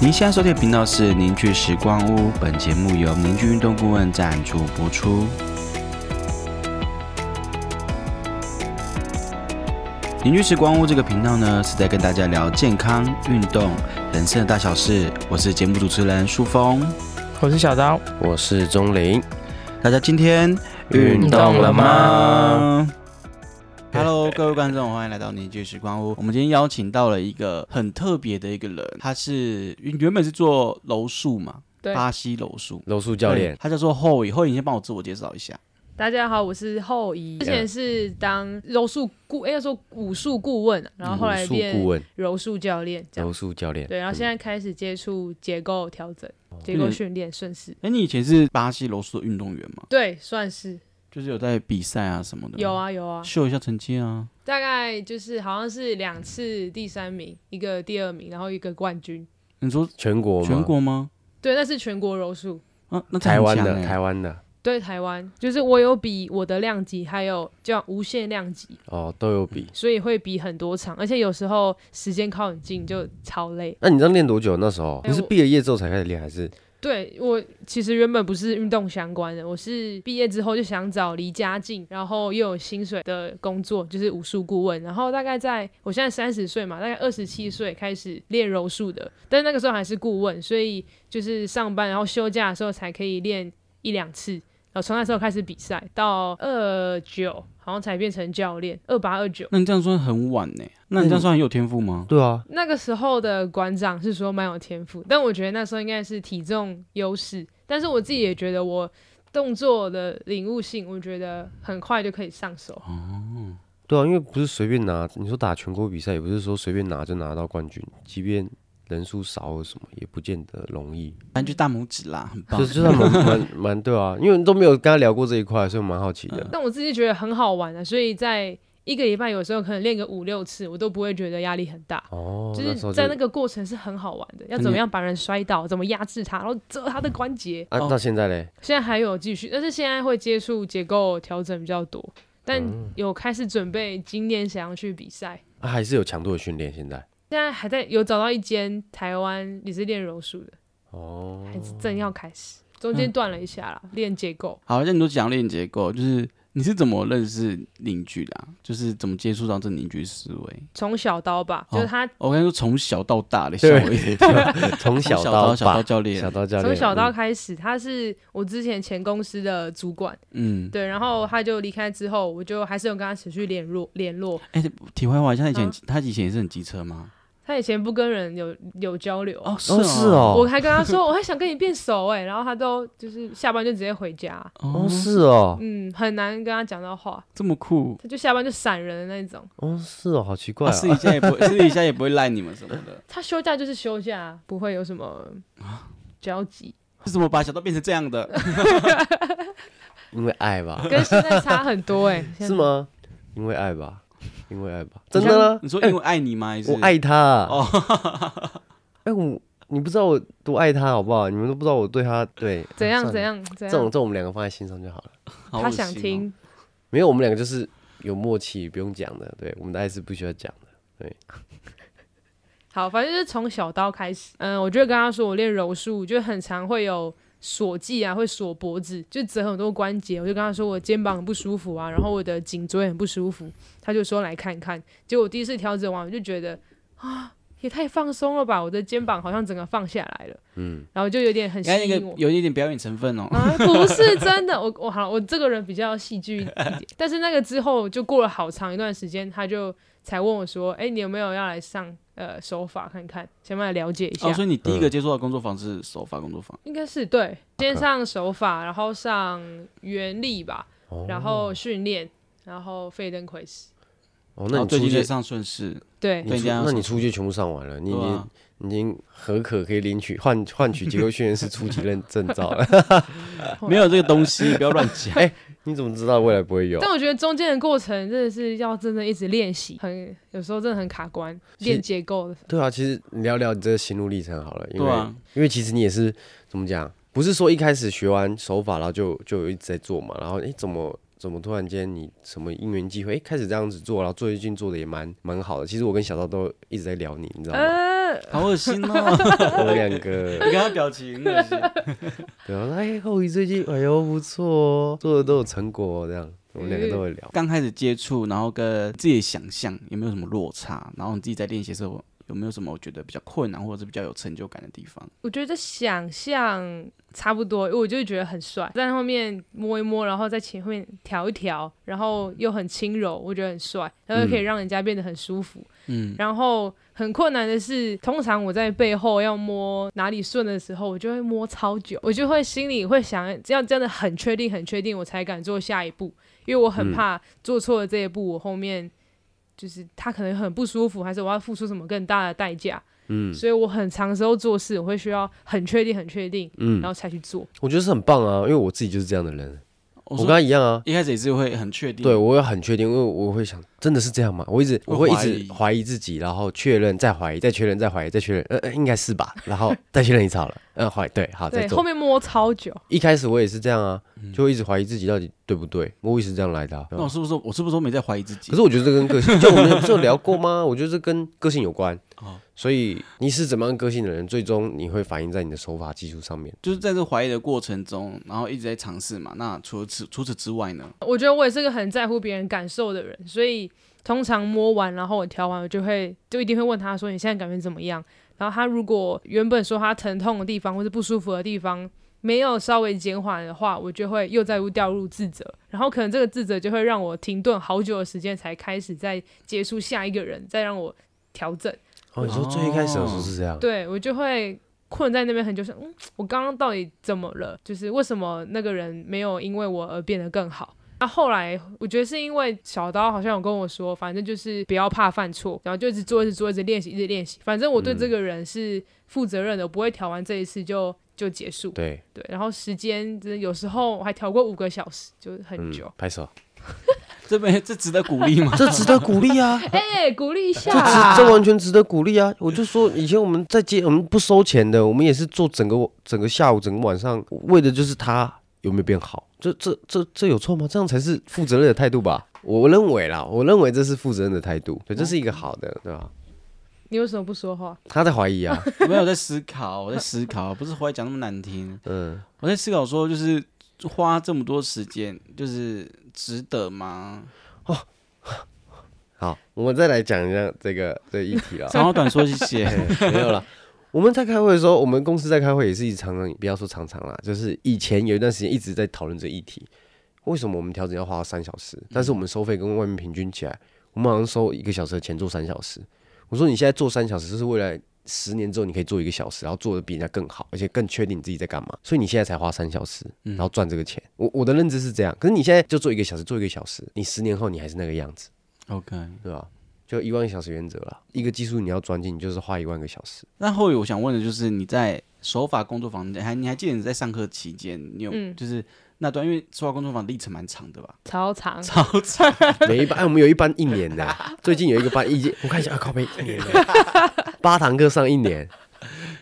您现在收听的频道是《凝聚时光屋》，本节目由凝聚运动顾问赞助播出。凝聚时光屋这个频道呢，是在跟大家聊健康、运动、人生的大小事。我是节目主持人舒峰，我是小刀，我是钟林，大家今天运动了吗 ？Hello，各位观众，欢迎来到凝聚时光屋。我们今天邀请到了一个很特别的一个人，他是原本是做柔术嘛，对巴西柔术柔术教练对，他叫做后羿。后羿，你先帮我自我介绍一下。大家好，我是后移，之前是当柔术顾，哎、要说武术顾问，然后后来武术变顾问、柔术教练，这样柔术教练。对，然后现在在开始接触结构调整、哦结构训练，顺势，哎，你以前是巴西柔术的运动员吗？对，算是就是有在比赛啊什么嗯的吗。有啊有啊，秀一下成绩啊。大概就是好像是两次第三名，一个第二名，然后一个冠军，你说全国吗全国吗？对，那是全国柔术，啊，那这台很湾强的欸台湾的对台湾，就是我有比我的量级，还有叫无限量级，哦都有比。所以会比很多场，而且有时候时间靠很近就超累，那你这样练多久？那时候哎你是我毕了业之后才开始练，还是对我其实原本不是运动相关的，我是毕业之后就想找离家近，然后又有薪水的工作，就是武术顾问。然后大概在我现在三十岁嘛，大概二十七岁开始练柔术的，但是那个时候还是顾问，所以就是上班然后休假的时候才可以练一两次。然后从那时候开始比赛，到二九好像才变成教练，二八二九。那你这样算很晚呢、那你这样算很有天赋吗？对啊，那个时候的馆长是说蛮有天赋，但我觉得那时候应该是体重优势，但是我自己也觉得我动作的领悟性，我觉得很快就可以上手。哦对啊，因为不是随便拿。你说打全国比赛，也不是说随便拿就拿到冠军，即便人数少或什么，也不见得容易。反正就大拇指啦，很棒就。是蛮蛮蛮对啊，因为都没有跟他聊过这一块，所以我蛮好奇的。但我自己觉得很好玩啊，所以在一个礼拜有时候可能练个五六次，我都不会觉得压力很大。哦，就那时候是就在那个过程是很好玩的，要怎么样把人摔倒，怎么压制他，然后折他的关节。啊，哦那现在嘞，现在还有继续，但是现在会接触结构调整比较多，但嗯有开始准备今年想要去比赛。啊还是有强度的训练。现在现在还在有找到一间台湾也是练柔术的，哦，还是正要开始，哦中间断了一下啦，嗯练结构。好，那你都讲练结构，就是你是怎么认识邻居的啊、就是怎么接触到这凝聚思维？从小刀吧，哦就是他我跟你说，从小到大的，吓对我一跳。 从从 小小到到小到大，教练小，到教练，从小刀嗯开始，他是我之前前公司的主管，嗯，对，然后他就离开之后，我就还是有跟他持续联络联络。体会完一下，他以前、啊他以前也是很机车吗？他以前不跟人有有交流，哦，是哦是，哦，我还跟 他说我还想跟你变熟哎、然后他都就是下班就直接回家，哦哦，是哦，嗯，很难跟他讲到话，这么酷。他就下班就闪人的那种。哦是哦，好奇怪啊、啊！私底下也不 会，私底下也不会赖你们什么的。他休假就是休假，不会有什么啊交集，是怎么把小到变成这样的？因为爱 吧？跟现在差很多哎、现在是？吗？因为爱吧？因为爱吧？真的啊？你说因为爱你吗？还是我爱他啊。哦， 哎，我你不知道我多爱他好不好？你们都不知道我对他对 怎样算了怎样怎这种样？这我们两个放在心上就好了。好他恶想心哦听，没有，我们两个就是有默契，不用讲的。对，我们的爱是不需要讲的。好，反正就是从小刀开始。嗯，我就会跟他说我练柔术，就很常会有锁技啊，会锁脖子，就折很多关节。我就跟他说我肩膀很不舒服啊，然后我的颈椎很不舒服，他就说来看看。结果我第一次调整完，我就觉得啊。也太放松了吧！我的肩膀好像整个放下来了，嗯，然后就有点很你吸看那引个我。有一点表演成分哦。啊， 不是真的，我我好，我这个人比较戏剧一点，但是那个之后就过了好长一段时间，他就才问我说，哎、你有没有要来上呃手法看看，想不想了解一下？哦，所以你第一个接触到工作坊是手法工作坊，应该是对，先上手法，然后上原理吧，哦然后训练，然后费登奎斯，哦，然那后你最出近在去，上顺势，对你对出这样那你出去全部上完了，你已对啊经吧？已经合可可以领取换换取结构训练师初级 认证照了。没有这个东 西，不要乱 讲。哎你怎么知道未来不会有？啊但我觉得中间的过程真的是要真的一直练习，很有时候真的很卡关，其实练结构的时候。对啊，其实你聊聊你这个心路历程好了，因对为、啊，因为其实你也是怎么讲，不是说一开始学完手法然后就就有一直在做嘛，然后诶怎么怎么突然间你什么因缘际会，哎、开始这样子做，然后最近做的也蛮蛮好的。其实我跟小赵都一直在聊你，你知 道吗？呃，好恶心 哦！我们两个你看他表情，啊很恶心。对啊，哎，后羿最近哎呦不错哦，做的都有成果、哦，这样我们两个都会聊。刚开始接触，然后跟自己的想象有没有什么落差？然后你自己在练习的时候有没有什么我觉得比较困难，或者是比较有成就感的地方？我觉得想象差不多，因为我就会觉得很帅，在后面摸一摸，然后在前面调一调，然后又很轻柔，我觉得很帅，然后又可以让人家变得很舒服。嗯，然后很困难的是，通常我在背后要摸哪里顺的时候，我就会摸超久，我就会心里会想，要真的很确定、很确定，我才敢做下一步，因为我嗯很怕做错了这一步，我后面就是他可能很不舒服，还是我要付出什么更大的代价。嗯所以我很长时候做事，我会需要很确定、很确定，嗯然，后才去做。我觉得是很棒啊，因为我自己就是这样的人，我我说跟他一样啊。一开始也是会很确定，对，我也很确定，因为我会想，真的是这样吗？我一直我会会一怀疑直怀疑自己，然后确认，再怀疑，再确认，再怀疑，再确认，呃，呃应该是吧，然后再确认一次好了，嗯，怀疑对，好，再对，做后。面摸超久，一开始我也是这样啊，就会一直怀疑自己到底对不对，我也是这样来的啊、嗯那我是不是我是不是都没在怀疑自己？可是我觉得这跟 个性，就我们不是有聊过吗？我觉得这跟个性有关哦。所以你是怎么样个性的人，最终你会反映在你的手法技术上面。就是在这怀疑的过程中，然后一直在尝试嘛。那除了此除此之外呢？ 我觉得我也是个很在乎别人感受的人，所以通常摸完然后我调完，我就会就一定会问他说你现在感觉怎么样？然后他如果原本说他疼痛的地方或是不舒服的地方没有稍微减缓的话，我就会又再度掉入自责，然后可能这个自责就会让我停顿好久的时间，才开始再接触下一个人，再让我调整。哦，你说最一开始的时候是这样，对我就会困在那边很久，想，嗯，我刚刚到底怎么了？就是为什么那个人没有因为我而变得更好？那、后来我觉得是因为小刀好像有跟我说，反正就是不要怕犯错，然后就一直做，一直做，一直练习，一直练习。反正嗯我对这个人是负责任的，我不会调完这一次就就结束。对，对，然后时间真的有时候我还调过五个小时，就是很嗯久，。拍手， 这边这值得鼓励吗？这值得鼓励啊。哎、鼓励一下这啦值这完全值得鼓励啊！我就说，以前我们在接，我们不收钱的，我们也是做整个整个下午、整个晚上，为的就是他有没有变好。这这这这有错吗？这样才是负责任的态度吧？我认为啦，我认为这是负责任的态度，对，这是一个好的，对吧？你为什么不说话？他在怀 疑啊，我没有在思考，我在思考，不是怀疑讲那么难听，嗯，我在思考说，就是花这么多时间，就是值得 吗？好，我们再来讲一下这个这个议题了。长话短说，谢谢。 对没有啦。我们在开会的时候，我们公司在开会也是一直常常，不要说常常啦，就是以前有一段时间一直在讨论这议题，为什么我们调整要花三小时，但是我们收费跟外面平均起来，我们好像收一个小时的钱做三小时。我说你现在做三小时，就是未来十年之后你可以做一个小时，然后做的比人家更好，而且更确定你自己在干嘛，所以你现在才花三小时，然后赚这个钱。我我的认知是这样，可是你现在就做一个小时，做一个小时，你十年后你还是那个样子。 OK，对吧？就一万个小时原则啦，一个技术你要专精，你就是花一万个小时。那后宇，我想问的就是你在手法工作坊，你还你还记得你在上课期间，你有、嗯就是那段，因为手法工作坊历程蛮长的吧？超长，超长，每一班、哎我们有一班一 年的，最近有一个班已经，我看一下，啊、靠背一年的，八堂课上一年，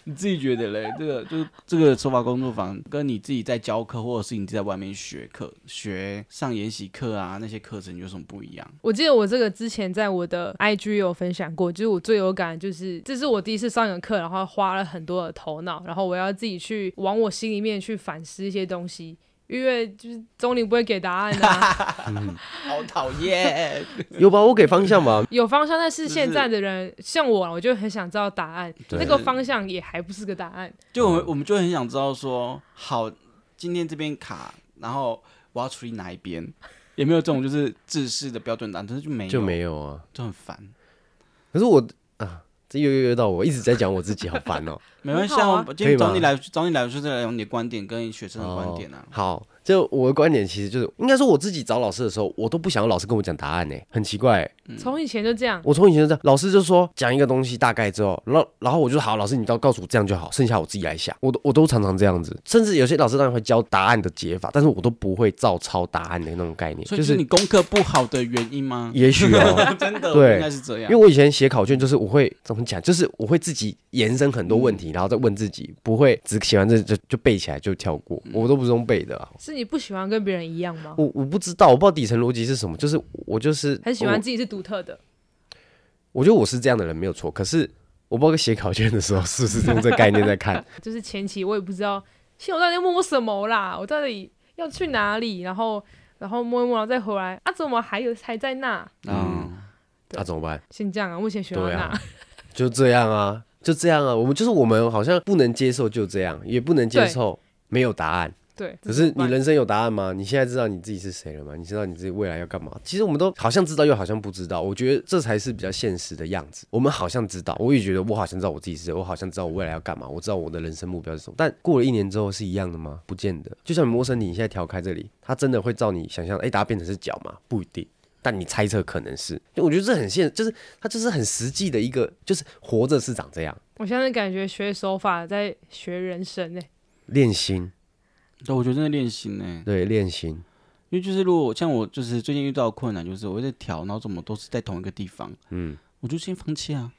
你自己觉得 嘞？这个就是这个手法工作坊，跟你自己在教课，或者是你自己在外面学课、学上研习课啊那些课程有什么不一样？我记得我这个之前在我的 IG 有分享过，就是我最有感的就是这是我第一次上一个课，然后花了很多的头脑，然后我要自己去往我心里面去反思一些东西，因为就是钟林不会给答案的、啊，好讨厌，有把我给方向吧。有方向，但是现在的人像我啊，我就很想知道答案，对那个方向也还不是个答案， 就我们我们就很想知道说，好，今天这边卡，然后我要处理哪一边？也没有这种就是制式的标准答案，但是就没有，就没有啊。就很烦。可是我啊，这又又又到我一直在讲我自己，好烦 哦。没关系啊，很好啊我们今天找可你以吗来，找你来就是来聊你的观点跟学生的观点啊哦。好，就我的观点其实就是，应该说我自己找老师的时候，我都不想要老师跟我讲答案呢、很奇怪欸、从以前就这样，我从以前就这样，老师就说讲一个东西大概之后，然后然后我就说好，老师你到告诉我这样就好，剩下我自己来想。我都我都常常这样子，甚至有些老师当然会教答案的解法，但是我都不会照抄答案的那种概念，所以就这是是你功课不好的原因吗？。也许哦 真的，对应该是这因样为。我以前写考卷，就是我会怎么讲，就是我会自己延伸很多问题，嗯题，然后再问自己，不会只写完这就就背起来就跳过，嗯我都不是用背的啊。是你不喜欢跟别人一样吗？我我不知道，我不知道底层逻辑是什么，就是我就是哦很喜欢自己是独特的？我，我觉得我是这样的人没有错，可是我不知道写考卷的时候是不是用这概念在 看，就是前期我也不知道，现在我到底在摸什么啦？我到底要去哪里？然后然后摸一摸，然后再回来啊？怎么还有还在那？嗯，那、怎么办？先这样啊，目前学到对那，啊就这样啊，就这样啊，我们就是我们好像不能接受就这样，也不能接对受没有答案。对，可这是怎你么办人生有答案吗？你现在知道你自己是谁了吗？你知道你自己未来要干嘛？其实我们都好像知道，又好像不知道。我觉得这才是比较现实的样子。我们好像知道，我也觉得我好像知道我自己是谁，我好像知道我未来要干嘛，我知道我的人生目标是什么。但过了一年之后是一样的吗？不见得。就像你摸身体，你现在调开这里，它真的会照你想象，哎、答案变成是脚吗？不一定。但你猜测可能是，我觉得这很现，就是它就是很实际的一个，就是活着是长这样，我现在感觉学手法在学人生呢、欸练心，对，我觉得真的练心呢，对，练心，因为就是如果像我就是最近遇到的困难，就是我在调，然后怎么都是在同一个地方，嗯，我就先放弃啊，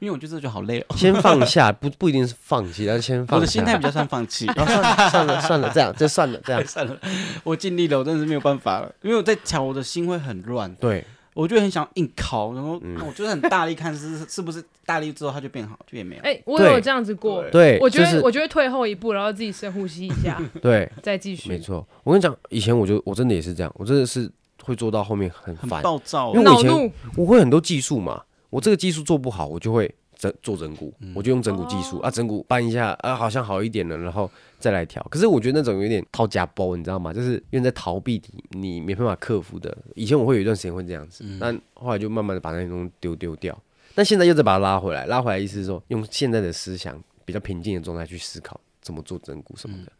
因为我觉得这就好累哦，先放下，不不一定是放弃，但啊是先放下。我的心态比较算放 弃。然后算了算了算了，这样就算了 这样。算了，我尽力了，我真的是没有办法了，因为我在调，我的心会很乱，对，我就很想硬考，然后、嗯啊我就是很大力看是是不是大力之后它就变好，就也没有。哎、我有对这样子过，对，我觉就得、是我觉得退后一步，然后自己深呼吸一 下，对，再继续。没错。我跟你讲，以前我就我真的也是这样，我真的是会做到后面很很烦，暴躁哦因，为我恼以前怒，我会很多技术嘛，我这个技术做不好，我就会整做整骨，我就用整骨技术、啊，整骨搬一下啊，好像好一点了，然后再来调。可是我觉得那种有点套夹包，你知道吗？就是因为在逃避你你没办法克服的。以前我会有一段时间会这样子，但后来就慢慢的把那些东西丢丢掉。但现在又再把它拉回来，拉回来意思是说，用现在的思想比较平静的状态去思考怎么做整骨什么的，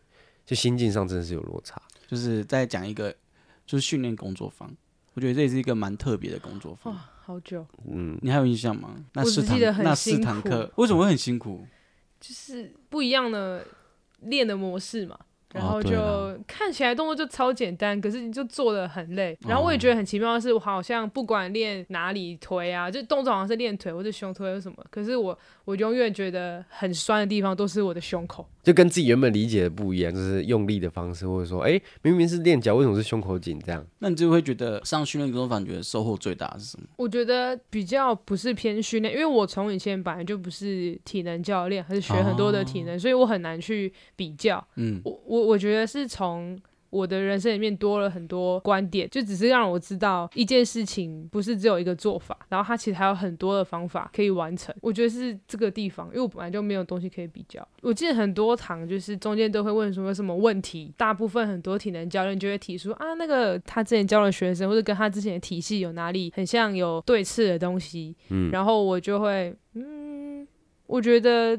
就心境上真的是有落差。就是在讲一个就是训练工作坊，我觉得这也是一个蛮特别的工作哇、坊。哦好久，嗯，你还有印象吗？那我四只堂记得很那四辛堂苦课为什么会很辛苦？就是不一样的练的模式嘛。然哦后对就、啦看起来动作就超简单，可是你就做的很累。哦然后我也觉得很奇妙的是，我好像不管练哪里腿啊，就动作好像是练腿或者胸推或什么，可是我我永远觉得很酸的地方都是我的胸口。就跟自己原本理解的不一样，就是用力的方式，或者说，哎、明明是练脚，为什么是胸口紧这样？那你就会觉得上训练工作坊，你觉得收获最大的是什么？我觉得比较不是偏训练，因为我从以前本来就不是体能教练，还是学很多的体能，哦所以我很难去比较。嗯，我我我觉得是从我的人生里面多了很多观点，就只是让我知道一件事情不是只有一个做法，然后它其实还有很多的方法可以完成。我觉得是这个地方，因为我本来就没有东西可以比较。我记得很多堂就是中间都会问说有什么问题，大部分很多体能教练就会提出啊，那个他之前教的学生或者跟他之前的体系有哪里很像有对峙的东西，嗯然后我就会嗯，我觉得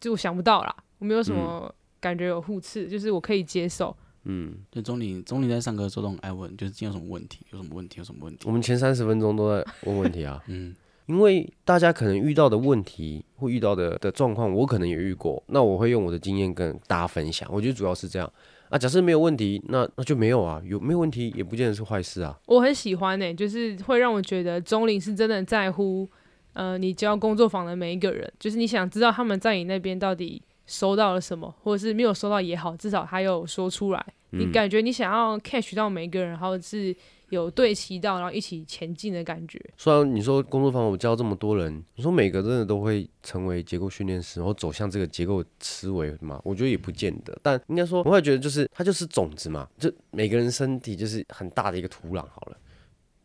就想不到啦，我没有什么感觉有互斥，就是我可以接受。嗯，就钟林，钟林在上课的时候都很爱问，就是今天有什么问题，有什么问题，有什么问题，我。们前三十分钟都在问问题啊嗯，因为大家可能遇到的问题或遇到的的状况，我可能也遇过，那我会用我的经验跟大家分享。我觉得主要是这样啊，假设没有问题，那那就没有啊，有没有问题也不见得是坏事啊。我很喜欢呢、欸就是会让我觉得钟林是真的在乎，呃，你教工作坊的每一个人，就是你想知道他们在你那边到底收到了什么，或者是没有收到也好，至少他有说出来。你感觉你想要 catch 到每一个人，然后是有对齐到，然后一起前进的感觉。虽然你说工作坊我教这么多人，你说每个真的都会成为结构训练师，然后走向这个结构思维嘛？我觉得也不见得，但应该说，我会觉得就是它就是种子嘛，就每个人身体就是很大的一个土壤好了，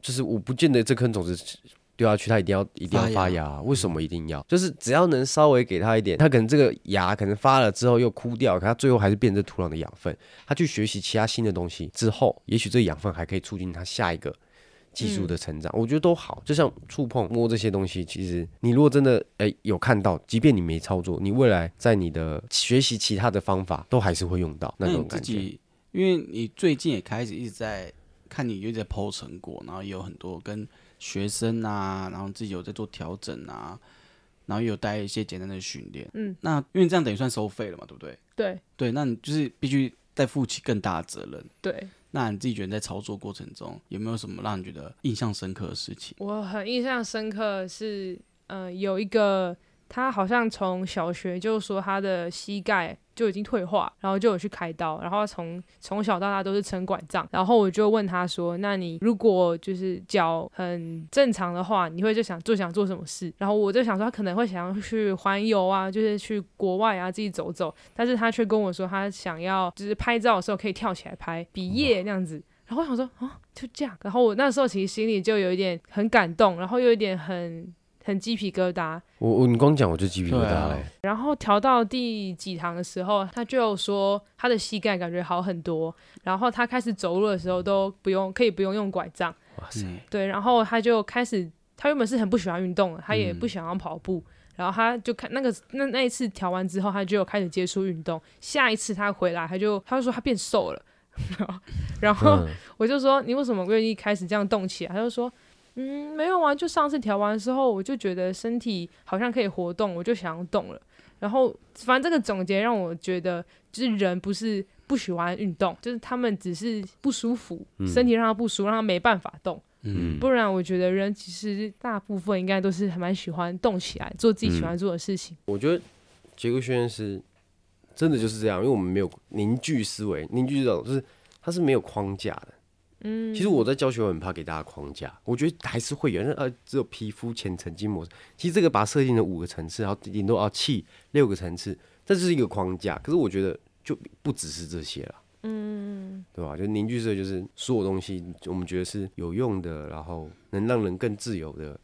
就是我不见得这颗种子丢下去，它一定要一定要发发芽芽、啊，为什么一定要？就是只要能稍微给它一点，它可能这个芽可能发了之后又枯掉，可它最后还是变成这土壤的养分，它去学习其他新的东西之后，也许这个养分还可以促进它下一个技嗯术的成长，我觉得都好。就像触碰、摸这些东西，其实你如果真的哎、有看到，即便你没操作，你未来在你的学习其他的方法都还是会用到那你种自感觉。己，因为你最近也开始一直在看你有在剖成果，然后也有很多跟学生啊，然后自己有在做调整啊，然后也有带一些简单的训练。嗯，那因为这样等于算收费了嘛，对不对？对对，那你就是必须再负起更大的责任。对，那你自己觉得在操作过程中有没有什么让你觉得印象深刻的事情？我很印象深刻的是，呃，有一个他好像从小学就说他的膝盖就已经退化，然后就有去开刀，然后从从小到大都是撑拐杖。然后我就问他说：“那你如果就是脚很正常的话，你会就想就想做什么事？”然后我就想说他可能会想要去环游啊，就是去国外啊自己走走，但是他却跟我说他想要就是拍照的时候可以跳起来拍比耶那样子。然后我想说啊，就这样。然后我那时候其实心里就有一点很感动，然后又有一点很很鸡皮疙瘩。我我你光讲我就鸡皮疙瘩欸对啊嘞，然后调到第几堂的时候，他就说他的膝盖感觉好很多，然后他开始走路的时候都不用可以不用用拐杖，哇塞，嗯对，然后他就开始，他原本是很不喜欢运动的，他也不想要跑步，然后他就看那个那那一次调完之后，他就有开始接触运动，下一次他回来他就他就说他变瘦了， 然后嗯，我就说你为什么愿意开始这样动起来？他就说，嗯，没有啊，就上次调完之后，我就觉得身体好像可以活动，我就想要动了。然后，反正这个总结让我觉得，就是人不是不喜欢运动，就是他们只是不舒服，身体让他不舒服，让他没办法动。嗯，不然，我觉得人其实大部分应该都是还蛮喜欢动起来，做自己喜欢做的事情。我觉得结构训练师真的就是这样，因为我们没有凝聚思维，凝聚这种就是它是没有框架的。嗯，其实我在教学，我很怕给大家框架，我觉得还是会有，那呃，只有皮肤、浅层、筋膜，其实这个把它设定了五个层次，然后顶多啊气六个层次，这就是一个框架。可是我觉得就不只是这些了。嗯，对吧？就凝聚思维，就是所有东西我们觉得是有用的，然后能让人更自由的，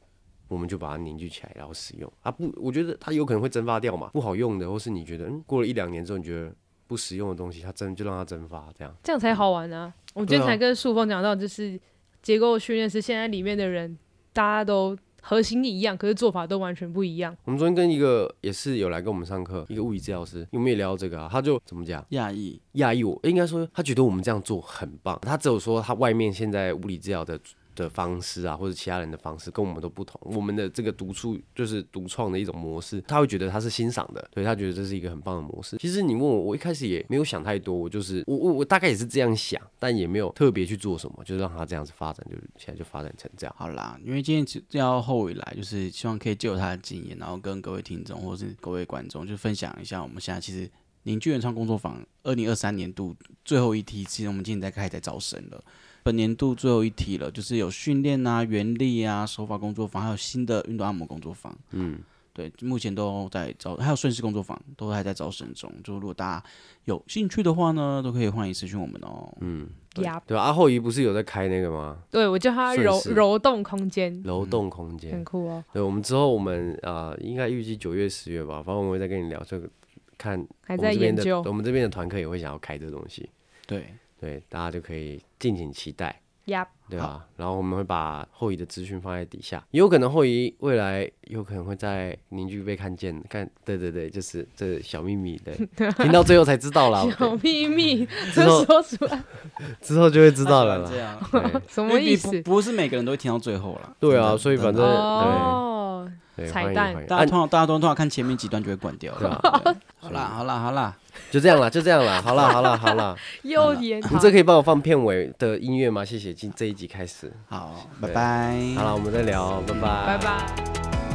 我们就把它凝聚起来，然后使用啊。不，我觉得它有可能会蒸发掉嘛，不好用的，或是你觉得嗯，过了一两年之后，你觉得不实用的东西，它蒸就让它蒸发，这样这样才好玩啊！我今天才跟树峰讲到，就是结构训练师现在里面的人，大家都核心一样，可是做法都完全不一样。我们昨天跟一个也是有来跟我们上课，一个物理治疗师，我们也聊到这个啊，他就怎么讲亚裔讶异我，应该说他觉得我们这样做很棒，他只有说他外面现在物理治疗的的方式啊，或者其他人的方式跟我们都不同，我们的这个独处就是独创的一种模式，他会觉得他是欣赏的，对他觉得这是一个很棒的模式。其实你问我，我一开始也没有想太多，我就是我我我大概也是这样想，但也没有特别去做什么，就让他这样子发展，就现在就发展成这样。好啦，因为今天只要后伟来，就是希望可以借由他的经验，然后跟各位听众或是各位观众，就分享一下我们现在其实凝聚原创工作坊二零二三年度最后一梯，其实我们今年在开始在招生了，本年度最后一梯了，就是有训练啊、原力啊、手法工作坊，还有新的运动按摩工作坊。嗯，对，目前都在招，还有顺势工作坊都还在招生中。就如果大家有兴趣的话呢，都可以欢迎私讯我们哦。对呀，对吧？阿后姨不是有在开那个吗？对我叫它顺柔势柔动空间，楼栋空间，很酷哦，对，我们之后我们啊、呃应该预计九月、十月吧，反正我们会再跟你聊这个，看还我在们这边研的究我们这边的团课也会想要开这个东西，对，对，大家就可以敬请期待，呀。对吧？然后我们会把后移的资讯放在底下，也有可能后移未来有可能会在邻居被看见，看，对对对，就是这小秘密， 对，听到最后才知道啦，小秘密， 之后这说出来之后就会知道了这啦。样。对什么意因为思？不不是每个人都会听到最后啦。对真啊，的所以反真正的哦，对对，彩欢迎蛋欢迎大家啊通常大家都通常看前面几段就会关掉对了。啊，好啦好啦好啦，就这样啦，就这样啦，好啦好啦好 啦。又研你这可以帮我放片尾的音乐吗？谢谢，今这一集开始。好，拜对拜。好了，我们再聊，拜拜，拜拜。